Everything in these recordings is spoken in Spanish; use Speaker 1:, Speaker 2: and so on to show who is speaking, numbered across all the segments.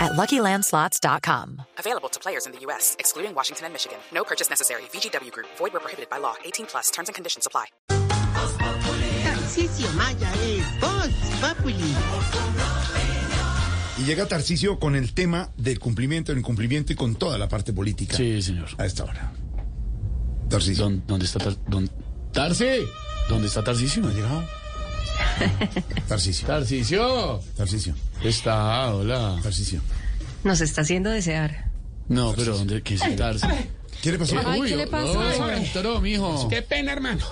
Speaker 1: at luckylandslots.com.
Speaker 2: Available to players in the U.S., excluding Washington and Michigan. No purchase necessary. VGW Group, void were prohibited by law. 18 plus terms and conditions apply.
Speaker 3: Tarcisio Maya es Voz Populi.
Speaker 4: Y llega Tarcisio con el tema del cumplimiento, el incumplimiento y con toda la parte política
Speaker 5: Sí, señor.
Speaker 4: a esta hora. Tarcisio.
Speaker 5: ¿Dónde, dónde está Tar- dónde- Tarce? ¿Dónde está Tarcisio? ¿No ha llegado?
Speaker 4: Tarcisio.
Speaker 5: Tarcisio.
Speaker 4: Tarcisio.
Speaker 5: Está, hola.
Speaker 4: Tarcisio.
Speaker 6: Nos está haciendo desear.
Speaker 5: No, pero ¿dónde? ¿Qué es Tarce?
Speaker 4: ¿Qué le pasó?
Speaker 7: Ay, ¿qué le pasa?
Speaker 5: No, el toro, mijo.
Speaker 7: Qué pena, hermano.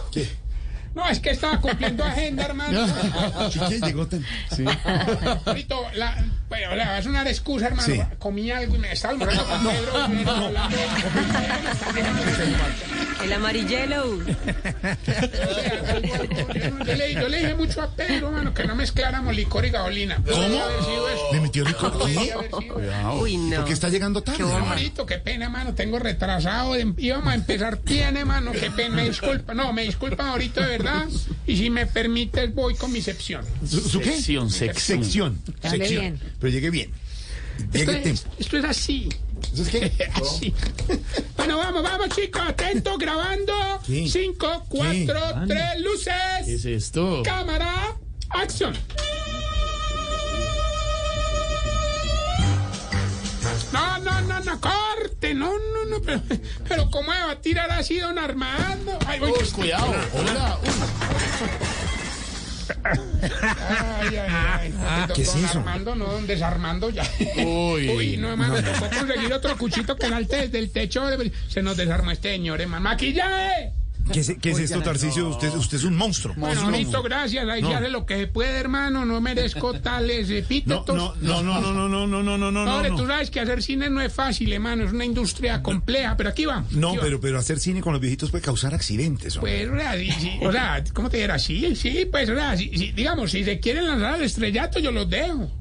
Speaker 7: No, es que estaba cumpliendo agenda, hermano.
Speaker 4: ¿Por qué llegó tan-
Speaker 5: Sí.
Speaker 7: Ahorita, la, pero le vas a dar excusa, hermano.
Speaker 4: Sí.
Speaker 7: Comí algo y me estaba almorzando con Pedro. y me hablaba.
Speaker 6: El amarillelo.
Speaker 7: Yo le, yo le dije mucho a Pedro, hermano, que no mezcláramos licor y gasolina.
Speaker 4: ¿Cómo?
Speaker 7: Podría haber sido eso.
Speaker 4: ¿Le metió rico?
Speaker 7: Podría
Speaker 4: ¿Qué?
Speaker 7: haber sido eso.
Speaker 6: Uy, no.
Speaker 4: Porque está llegando tarde. hermano.
Speaker 7: Marito, qué pena, hermano, tengo retrasado. em- Íbamos a empezar bien, hermano, qué pena, me disculpa. No, me disculpa, ahorita de verdad. Y si me permites, voy con mi excepción.
Speaker 4: ¿Su, su qué?
Speaker 5: Sección, sección.
Speaker 4: Sección. sección. Pero llegue bien. Llegue
Speaker 7: Esto
Speaker 4: tiempo.
Speaker 7: es, esto es así.
Speaker 4: ¿Eso es qué?
Speaker 7: Así. Bueno, vamos, vamos, chicos. Atentos, grabando.
Speaker 4: Sí.
Speaker 7: 5,
Speaker 5: Vale.
Speaker 7: 4, 3,
Speaker 5: ¿Qué es
Speaker 7: luces.
Speaker 5: esto?
Speaker 7: Cámara, acción. No, no, no, no, corte. No, no, no. Pero, pero ¿cómo va a tirar así, don Armando? Ay, uy,
Speaker 5: Uy, cuidado. Hola.
Speaker 7: ay, ay, ay.
Speaker 4: ¿qué es
Speaker 7: don
Speaker 4: eso?
Speaker 7: Armando, no, don Desarmando ya.
Speaker 5: Uy.
Speaker 7: Uy, no, hermano, tocó conseguir otro cuchito que salte desde el techo. Se nos desarmó este señor, hermano. ¡Maquillaje!
Speaker 4: ¿Qué es, qué es esto, Tarcisio? Usted, usted es un monstruo.
Speaker 7: Bueno,
Speaker 4: Es un
Speaker 7: Jorito,
Speaker 4: monstruo.
Speaker 7: gracias. Ahí
Speaker 4: No.
Speaker 7: se hace lo que se puede, hermano. No merezco tales
Speaker 4: No,
Speaker 7: epítetos.
Speaker 4: no, no, no, no, no, no, no, no, no, no,
Speaker 7: Hombre, tú
Speaker 4: no.
Speaker 7: sabes que hacer cine no es fácil, hermano. Es una industria compleja, pero aquí vamos.
Speaker 4: No,
Speaker 7: Aquí vamos.
Speaker 4: pero, pero hacer cine con los viejitos puede causar accidentes. hombre.
Speaker 7: Pues, o sea, sí, sí, o sea, ¿cómo te dirá? Sí, sí, pues, o sea, sí, sí, digamos, si se quieren lanzar al estrellato, yo los dejo.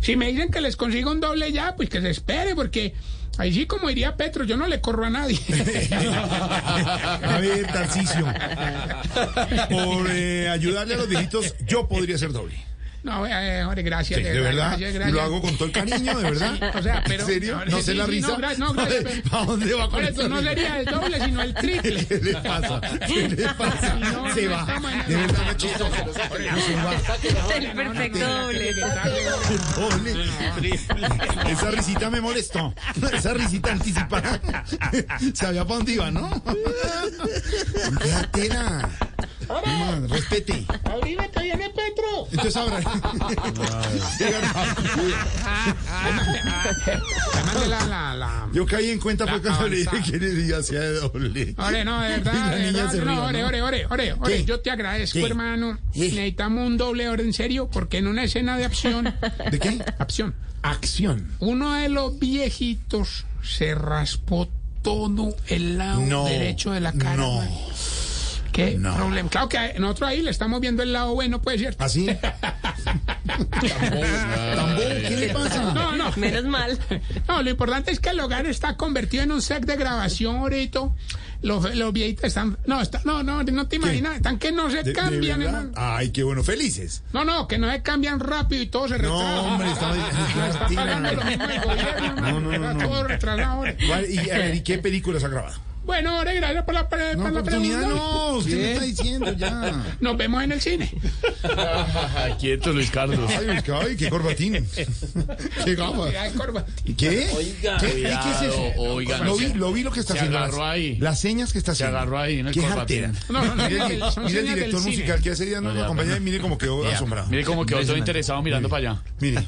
Speaker 7: Si me dicen que les consigo un doble ya, pues que se espere, porque ahí sí, como diría Petro, yo no le corro a nadie.
Speaker 4: A ver, Tarcisio. Por eh, ayudarle a los viejitos, yo podría ser doble.
Speaker 7: no, eh, hombre, gracias.
Speaker 4: Sí, de verdad.
Speaker 7: gracias, gracias.
Speaker 4: Lo hago con todo el cariño, de verdad.
Speaker 7: O sea, pero-
Speaker 4: ¿En serio?
Speaker 7: no,
Speaker 4: ¿No
Speaker 7: sí,
Speaker 4: sé
Speaker 7: sí,
Speaker 4: la
Speaker 7: sí,
Speaker 4: risa?
Speaker 7: no, gra- no, gracias, pero-
Speaker 4: ¿A dónde va con
Speaker 7: Hombre,
Speaker 4: eso?
Speaker 7: tú no sería el doble, sino el triple.
Speaker 4: ¿Qué le pasa? ¿Qué le pasa?
Speaker 7: no,
Speaker 4: Se
Speaker 7: no
Speaker 4: va.
Speaker 7: estamos en
Speaker 4: De
Speaker 7: el-
Speaker 4: verdad, no es chistoso. No se va.
Speaker 6: El perfecto
Speaker 4: Ah,
Speaker 6: doble.
Speaker 4: Doble. Esa risita me molestó. Esa risita anticipada. Sabía para dónde iba, ¿no? Ya, tela. Man, respete.
Speaker 7: Ahorita que viene Petro.
Speaker 4: Entonces ahora.
Speaker 7: Además de la, la, la.
Speaker 4: Yo caí en cuenta porque cuando le dije
Speaker 7: avanzada.
Speaker 4: que le diga sea de doble.
Speaker 7: Ore, no, de verdad,
Speaker 4: Y la
Speaker 7: de
Speaker 4: niña
Speaker 7: verdad,
Speaker 4: se rió,
Speaker 7: no, ore,
Speaker 4: ¿no?
Speaker 7: ore, ore, ore, ore,
Speaker 4: ¿Qué?
Speaker 7: yo te agradezco,
Speaker 4: ¿Qué?
Speaker 7: hermano.
Speaker 4: ¿Qué?
Speaker 7: Necesitamos un doble oro en serio, porque en una escena de acción,
Speaker 4: ¿De qué?
Speaker 7: acción,
Speaker 4: Acción.
Speaker 7: uno de los viejitos se raspó todo el lado
Speaker 4: No.
Speaker 7: derecho de la cara.
Speaker 4: No.
Speaker 7: hermano. ¿Qué
Speaker 4: No.
Speaker 7: problema? Claro que nosotros ahí le estamos viendo el lado bueno, pues, puede ser.
Speaker 4: ¿Así? ¿Tambor? ¿Qué le pasa?
Speaker 7: No, no.
Speaker 6: Menos mal.
Speaker 7: No, lo importante es que el hogar está convertido en un set de grabación, ahorita. Los, los viejitos están. No, está- no, no, no te imaginas. Están que no se
Speaker 4: ¿De- de
Speaker 7: cambian,
Speaker 4: verdad?
Speaker 7: hermano.
Speaker 4: Ay, qué bueno. Felices.
Speaker 7: No, no, que no se cambian rápido y todo se retrasa.
Speaker 4: No, hombre, estaba
Speaker 7: Ah, Está pagando lo mismo el gobierno, hermano.
Speaker 4: No, no, no,
Speaker 7: Está
Speaker 4: no.
Speaker 7: todo retrasado ahora.
Speaker 4: Vale, y, a ver, ¿y qué películas ha grabado?
Speaker 7: Bueno, ahora gracias por la, pre- por la pregunta.
Speaker 4: no. Usted me está diciendo ya.
Speaker 7: Nos vemos en el cine.
Speaker 5: Quieto, Luis Carlos.
Speaker 4: Ay, Luis, que- ay, qué corbatín. Qué gafas.
Speaker 7: Ay, corba.
Speaker 4: ¿Qué? ¿Qué? ¿Qué es eso?
Speaker 5: Cuidado, oiga,
Speaker 4: lo,
Speaker 5: se-
Speaker 4: vi, lo vi lo que está
Speaker 5: se
Speaker 4: haciendo.
Speaker 5: agarró
Speaker 4: las-
Speaker 5: ahí.
Speaker 4: Las señas que está haciendo.
Speaker 5: agarró ahí en el
Speaker 4: Qué
Speaker 5: corbatín.
Speaker 4: jartera.
Speaker 7: No, no, no,
Speaker 4: Mira
Speaker 7: no,
Speaker 4: el-
Speaker 7: no, son
Speaker 4: mira el
Speaker 7: señas del
Speaker 4: director
Speaker 7: cine.
Speaker 4: musical que hace día no
Speaker 5: No,
Speaker 4: nos
Speaker 5: ya,
Speaker 4: acompaña y mire como quedó asombrado.
Speaker 5: Mire cómo quedó todo interesado mirando para allá.
Speaker 4: Mire.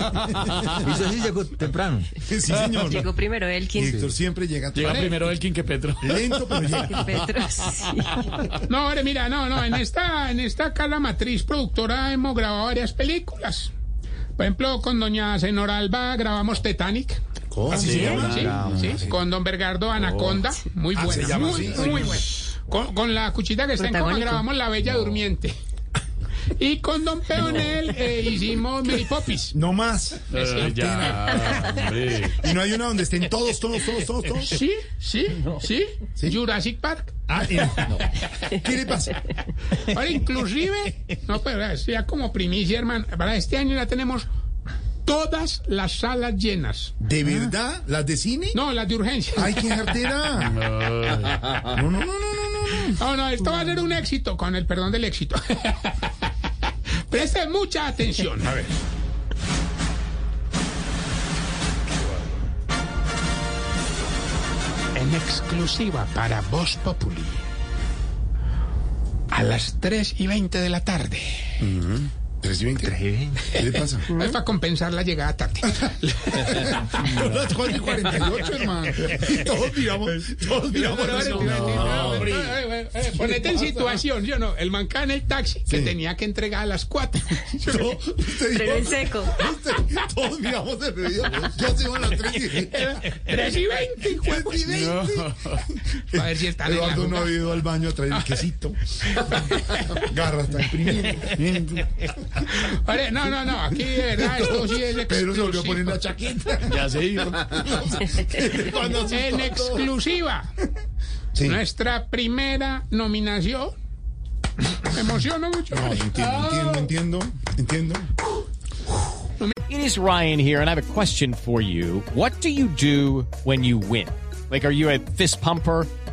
Speaker 8: Eso sí llegó temprano.
Speaker 4: Sí, señor.
Speaker 6: Llegó primero
Speaker 4: El
Speaker 6: Elkin.
Speaker 4: director siempre llega
Speaker 5: Llega
Speaker 4: tarde.
Speaker 5: primero Elkin que Petro.
Speaker 4: Lento, pero llega.
Speaker 6: Petro, sí.
Speaker 7: No, hombre, mira, no, no, en esta, en esta casa matriz productora hemos grabado varias películas. Por ejemplo, con doña Senora Alba grabamos Titanic.
Speaker 4: ¿Cómo? ¿Así se llama?
Speaker 7: Sí, sí, con don Bergardo Anaconda. Muy
Speaker 4: Ah,
Speaker 7: buena,
Speaker 4: se llama
Speaker 7: muy,
Speaker 4: así.
Speaker 7: muy buena. Con, con la cuchita que está en coma
Speaker 6: Protagónico.
Speaker 7: grabamos La Bella Durmiente. Y con Don Peonel eh, hicimos Mary Popis.
Speaker 4: No más.
Speaker 5: Ay, ya, hombre.
Speaker 4: Y no hay una donde estén todos, todos, todos, todos, todos.
Speaker 7: Sí, sí, sí, Jurassic Park.
Speaker 4: Ah, eh, no. ¿Qué le pasa?
Speaker 7: Ahora, inclusive, no, pero es ya como primicia, hermano, para este año ya tenemos todas las salas llenas.
Speaker 4: ¿De verdad? ¿Las de cine?
Speaker 7: No, las de urgencia.
Speaker 4: ¡Ay, qué jartera! No, no, no, no, no, no.
Speaker 7: No, no, esto va a ser un éxito, con el perdón del éxito. Presten mucha atención. A ver. En exclusiva para Voz Populi. A las 3 y 20 de la tarde.
Speaker 4: ¿Eh? ¿Tres y veinte? ¿Qué le pasa?
Speaker 7: Es para compensar la llegada tarde.
Speaker 4: Son las 4 y 48, hermano. Y todos miramos, todos miramos. eso. No, hombre.
Speaker 7: Eh, eh, eh, Ponete en situación, yo no. El man cae en el taxi que
Speaker 4: Sí.
Speaker 7: tenía que entregar a las 4.
Speaker 4: No, usted
Speaker 6: Pero
Speaker 4: dijo-
Speaker 6: en seco.
Speaker 4: usted- todos miramos el video. Ya se van las 3 y
Speaker 7: 3 y 20, hijo de
Speaker 4: Tres y veinte.
Speaker 7: A ver si están en la
Speaker 4: Eduardo Pues, no
Speaker 7: jugada.
Speaker 4: ha ido al baño a traer el quesito. Garra está imprimiendo.
Speaker 7: Oye, no, no, no, aquí de verdad esto sí es
Speaker 4: Pedro se volvió a poner
Speaker 7: exclusivo.
Speaker 4: una chaqueta.
Speaker 5: Ya se iba.
Speaker 4: Cuando asustó
Speaker 7: En
Speaker 4: a todos.
Speaker 7: exclusiva,
Speaker 4: Sí.
Speaker 7: nuestra primera nominación. Me emociono mucho. Ah,
Speaker 4: No, entiendo, entiendo, entiendo, entiendo.
Speaker 9: It is Ryan here, and I have a question for you. What do you do when you win? Like, are you a fist pumper?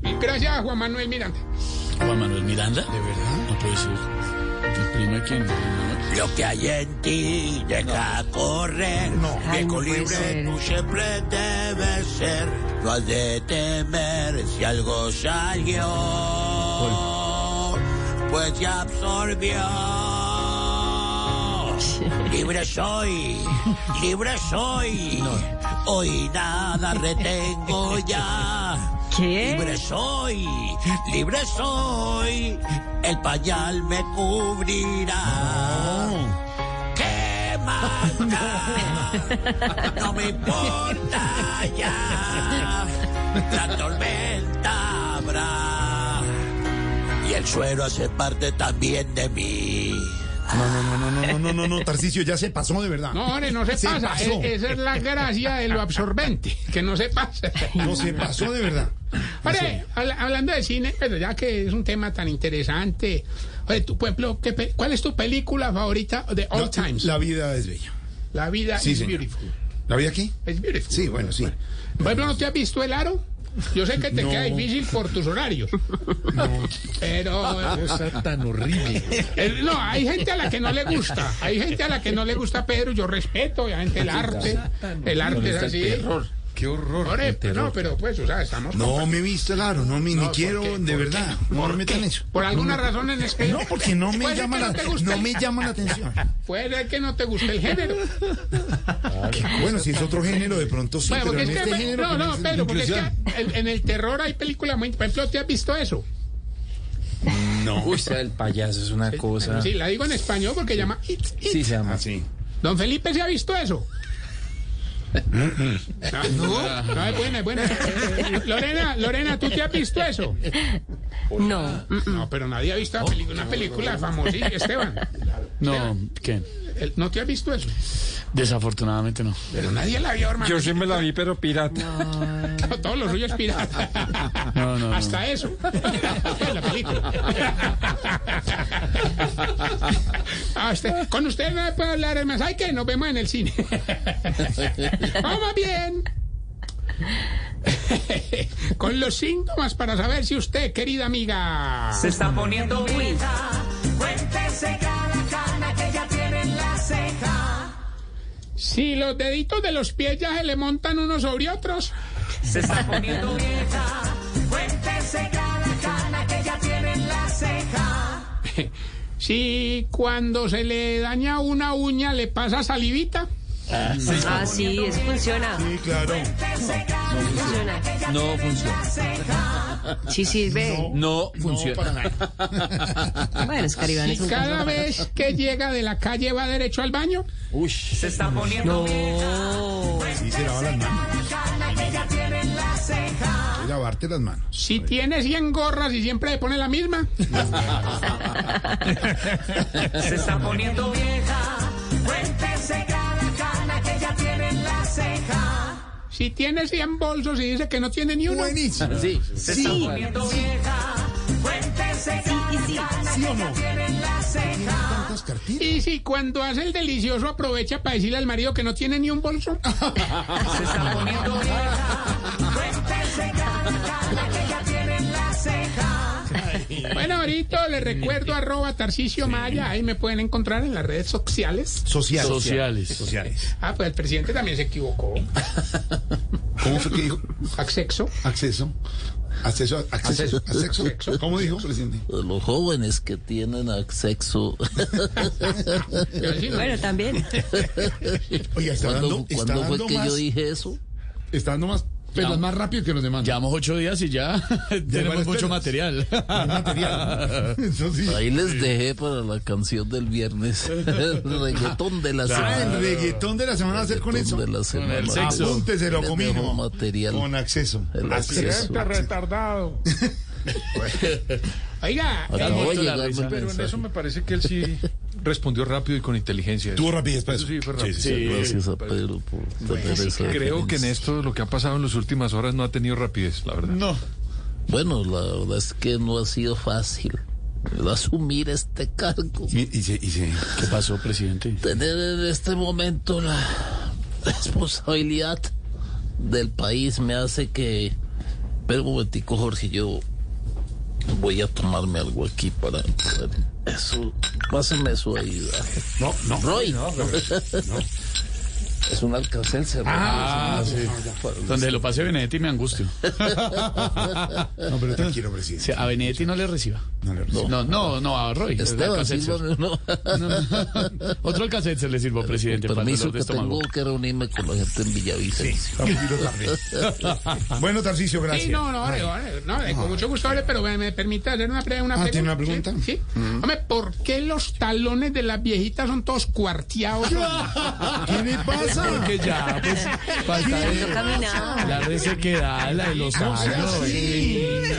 Speaker 7: Y Gracias a Juan Manuel Miranda.
Speaker 5: Juan Manuel Miranda. ¿De verdad? No puede ser. Mi prima quien.
Speaker 10: Lo que hay en ti deja correr. No.
Speaker 6: Ay, no puede ser.
Speaker 10: tú siempre debes ser. No has de temer si algo salió. Pues ya absorbió. Libre soy, libre soy. Hoy nada retengo ya.
Speaker 6: ¿Qué?
Speaker 10: Libre soy, libre soy, el pañal me cubrirá. ¡Qué maldad! No me importa ya, la tormenta habrá. Y el suero hace parte también de mí.
Speaker 4: No, no, no, no, no, no, no, no, Tarcicio, ya se pasó de verdad.
Speaker 7: No, hombre, no se,
Speaker 4: Se
Speaker 7: pasa.
Speaker 4: pasó.
Speaker 7: E- esa es la gracia de lo absorbente, que no se pasa.
Speaker 4: No se pasó de verdad.
Speaker 7: Oye, habla- hablando de cine, pero ya que es un tema tan interesante, oye, tú, por ejemplo, ¿qué pe- ¿cuál es tu película favorita de all
Speaker 4: La-
Speaker 7: times?
Speaker 4: La vida es bella.
Speaker 7: La vida
Speaker 4: Sí,
Speaker 7: is
Speaker 4: señor.
Speaker 7: beautiful.
Speaker 4: ¿La vida aquí?
Speaker 7: Es beautiful.
Speaker 4: Sí, bueno, sí.
Speaker 7: Por ejemplo, ¿no te has visto el aro? Yo sé que te
Speaker 4: No.
Speaker 7: queda difícil por tus horarios. Pero. eh,
Speaker 8: Cosa tan horrible.
Speaker 7: eh, no, hay gente a la que no le gusta. Hay gente a la que no le gusta Pedro. Yo respeto, obviamente, el arte. El arte es así.
Speaker 8: Qué horror.
Speaker 7: Ore,
Speaker 8: el terror.
Speaker 7: no, pero pues, o sea, estamos.
Speaker 4: No me he visto claro, no me ni
Speaker 7: ¿por
Speaker 4: quiero,
Speaker 7: qué?
Speaker 4: de
Speaker 7: ¿Por
Speaker 4: verdad. No me metan eso.
Speaker 7: Por alguna razón en
Speaker 4: No,
Speaker 7: especial.
Speaker 4: porque no me
Speaker 7: Puede
Speaker 4: llama
Speaker 7: que
Speaker 4: la
Speaker 7: no te guste.
Speaker 4: no me llama la atención.
Speaker 7: Puede Pues, que no te guste el género.
Speaker 4: Bueno, si es otro género de pronto sí,
Speaker 7: Bueno,
Speaker 4: pero
Speaker 7: porque
Speaker 4: en
Speaker 7: es que.
Speaker 4: este
Speaker 7: me-
Speaker 4: género
Speaker 7: no,
Speaker 4: con
Speaker 7: no,
Speaker 4: esa
Speaker 7: Pedro, porque es que
Speaker 4: inclusión.
Speaker 7: en, en el terror hay películas muy. Por ejemplo, ¿te has visto eso?
Speaker 8: O sea, el payaso es una cosa.
Speaker 7: Sí, la Ah, digo en español porque llama. It, It.
Speaker 8: Sí, se llama.
Speaker 4: Sí.
Speaker 7: Don Felipe, ¿se ha visto eso? No, no, Ah, es buena, es buena. Lorena, Lorena, ¿tú te has visto eso?
Speaker 6: No.
Speaker 7: No, pero nadie ha visto la peli- una película famosilla, Esteban.
Speaker 5: No, ¿qué?
Speaker 7: El- ¿No te has visto eso?
Speaker 5: Desafortunadamente no.
Speaker 7: Pero nadie la vio, hermano.
Speaker 11: Yo sí me la vi, pero pirata.
Speaker 7: Todo lo suyo es pirata.
Speaker 5: No, no, no.
Speaker 7: Hasta eso. la película. Ah, usted- con usted no puedo hablar más. Ay, que nos vemos en el cine. Vamos bien. con los síntomas para saber si usted, querida amiga.
Speaker 11: Se está poniendo
Speaker 7: Si los deditos de los pies ya se le montan unos sobre otros.
Speaker 11: Se está poniendo vieja. Cuéntese cada cana que ya
Speaker 7: si cuando se le daña una uña le pasa salivita.
Speaker 6: Ah, sí, eso funciona.
Speaker 4: Sí, claro.
Speaker 6: funciona.
Speaker 8: No funciona.
Speaker 6: Sí sirve. Ah,
Speaker 8: No funciona.
Speaker 6: Bueno, es Caribán es
Speaker 7: Si
Speaker 6: un
Speaker 7: cada
Speaker 6: caso
Speaker 7: vez que llega de la calle va derecho al baño.
Speaker 8: Uy.
Speaker 6: No.
Speaker 4: Sí, se lava las manos. Hay que Lavarte las manos.
Speaker 7: Si tiene 100 gorras y siempre le pone la misma.
Speaker 11: Se está poniendo vieja. Cuéntese cada cana que ya tiene en la ceja.
Speaker 7: Si tiene 100 bolsos y dice que no tiene ni uno.
Speaker 4: Buenísimo.
Speaker 8: Sí.
Speaker 11: Se está poniendo vieja. Cuéntese cada cana
Speaker 4: ¿Sí o no?
Speaker 11: que tiene en la ceja.
Speaker 4: Tantas cartitas.
Speaker 7: Y si cuando hace el delicioso aprovecha para decirle al marido que no tiene ni un bolso.
Speaker 11: Se está poniendo vieja. Cuéntese cada cana que ya tiene en la ceja.
Speaker 7: Bueno, ahorita les recuerdo arroba Tarcicio Maya, ahí me pueden encontrar en las redes sociales.
Speaker 4: Sociales.
Speaker 5: Sociales.
Speaker 4: Sociales.
Speaker 7: Ah, pues el presidente también se equivocó.
Speaker 4: ¿Cómo fue que dijo?
Speaker 7: Axexo.
Speaker 4: Acceso. Acceso. Acceso. Acceso. ¿Cómo dijo, presidente?
Speaker 10: Los jóvenes que tienen acceso.
Speaker 6: Bueno, también.
Speaker 4: Oiga, está dando,
Speaker 10: ¿Cuándo,
Speaker 4: está
Speaker 10: cuándo fue
Speaker 4: dando
Speaker 10: que
Speaker 4: más.
Speaker 10: yo dije eso?
Speaker 4: Está dando más pelas más rápido que los demás.
Speaker 5: Llevamos ocho días y ya tenemos
Speaker 4: varias
Speaker 5: mucho
Speaker 4: penas.
Speaker 5: material.
Speaker 4: Hay material. Eso sí.
Speaker 10: Ahí les dejé para la canción del viernes. reggaetón de la
Speaker 4: Ah, el
Speaker 10: semana.
Speaker 4: reggaetón de la semana va a hacer con eso.
Speaker 10: Reggaetón de la semana.
Speaker 5: el sexo.
Speaker 4: Apúnteselo
Speaker 10: Tenemos
Speaker 4: conmigo.
Speaker 10: material.
Speaker 4: Con acceso.
Speaker 10: El acceso.
Speaker 7: retardado. Oiga, eh,
Speaker 10: Acabó de
Speaker 5: muerto la
Speaker 10: llegarme
Speaker 5: risa.
Speaker 10: el
Speaker 11: Pero en
Speaker 10: mensaje.
Speaker 11: eso me parece que él sí respondió rápido y con inteligencia.
Speaker 4: Tuvo rapidez para eso.
Speaker 11: Eso sí, fue rápido.
Speaker 10: Gracias a Pedro por tener esa
Speaker 11: Creo que en
Speaker 10: referencia.
Speaker 11: esto lo que ha pasado en las últimas horas no ha tenido rapidez, la verdad.
Speaker 5: No.
Speaker 10: Bueno, la verdad es que no ha sido fácil asumir este cargo.
Speaker 4: Y, y se, y se-
Speaker 5: ¿Qué pasó, presidente?
Speaker 10: Tener en este momento la responsabilidad del país me hace que... Pero un momentico, Jorge, yo voy a tomarme algo aquí para... para- Eso, pásame su ayuda.
Speaker 4: No, no.
Speaker 10: Roy. Es un alcacelcer.
Speaker 5: Ah, sí. Donde lo pase Benedetti me angustio.
Speaker 4: No, pero tranquilo, presidente.
Speaker 5: O sea, a Benedetti no le reciba.
Speaker 4: No le reciba.
Speaker 5: No, no, no, a Roy.
Speaker 10: Esteban,
Speaker 5: Alcacetzer.
Speaker 10: sírvame uno.
Speaker 5: No, no. Otro alcacetzer le sirvo, presidente,
Speaker 10: Con
Speaker 5: para el
Speaker 10: permiso
Speaker 5: dolor de
Speaker 10: que
Speaker 5: estómago.
Speaker 10: tengo que reunirme con la gente en Villavicencio.
Speaker 4: Está un poquito tarde. bueno, Tarcicio, gracias.
Speaker 7: Sí, no, no, vale, vale, no, eh, con mucho gusto, vale, pero me, me permite hacer una, pre- una
Speaker 4: Ah, ¿tiene
Speaker 7: pregunta.
Speaker 4: una pregunta?
Speaker 7: Sí. sí. Hombre, ¿por qué los talones de las viejitas son todos cuarteados?
Speaker 4: ¿Qué le pasa?
Speaker 5: Porque ya, pues, falta
Speaker 6: No
Speaker 5: de...
Speaker 6: caminaba.
Speaker 5: La resequedad, la de los años.
Speaker 8: Un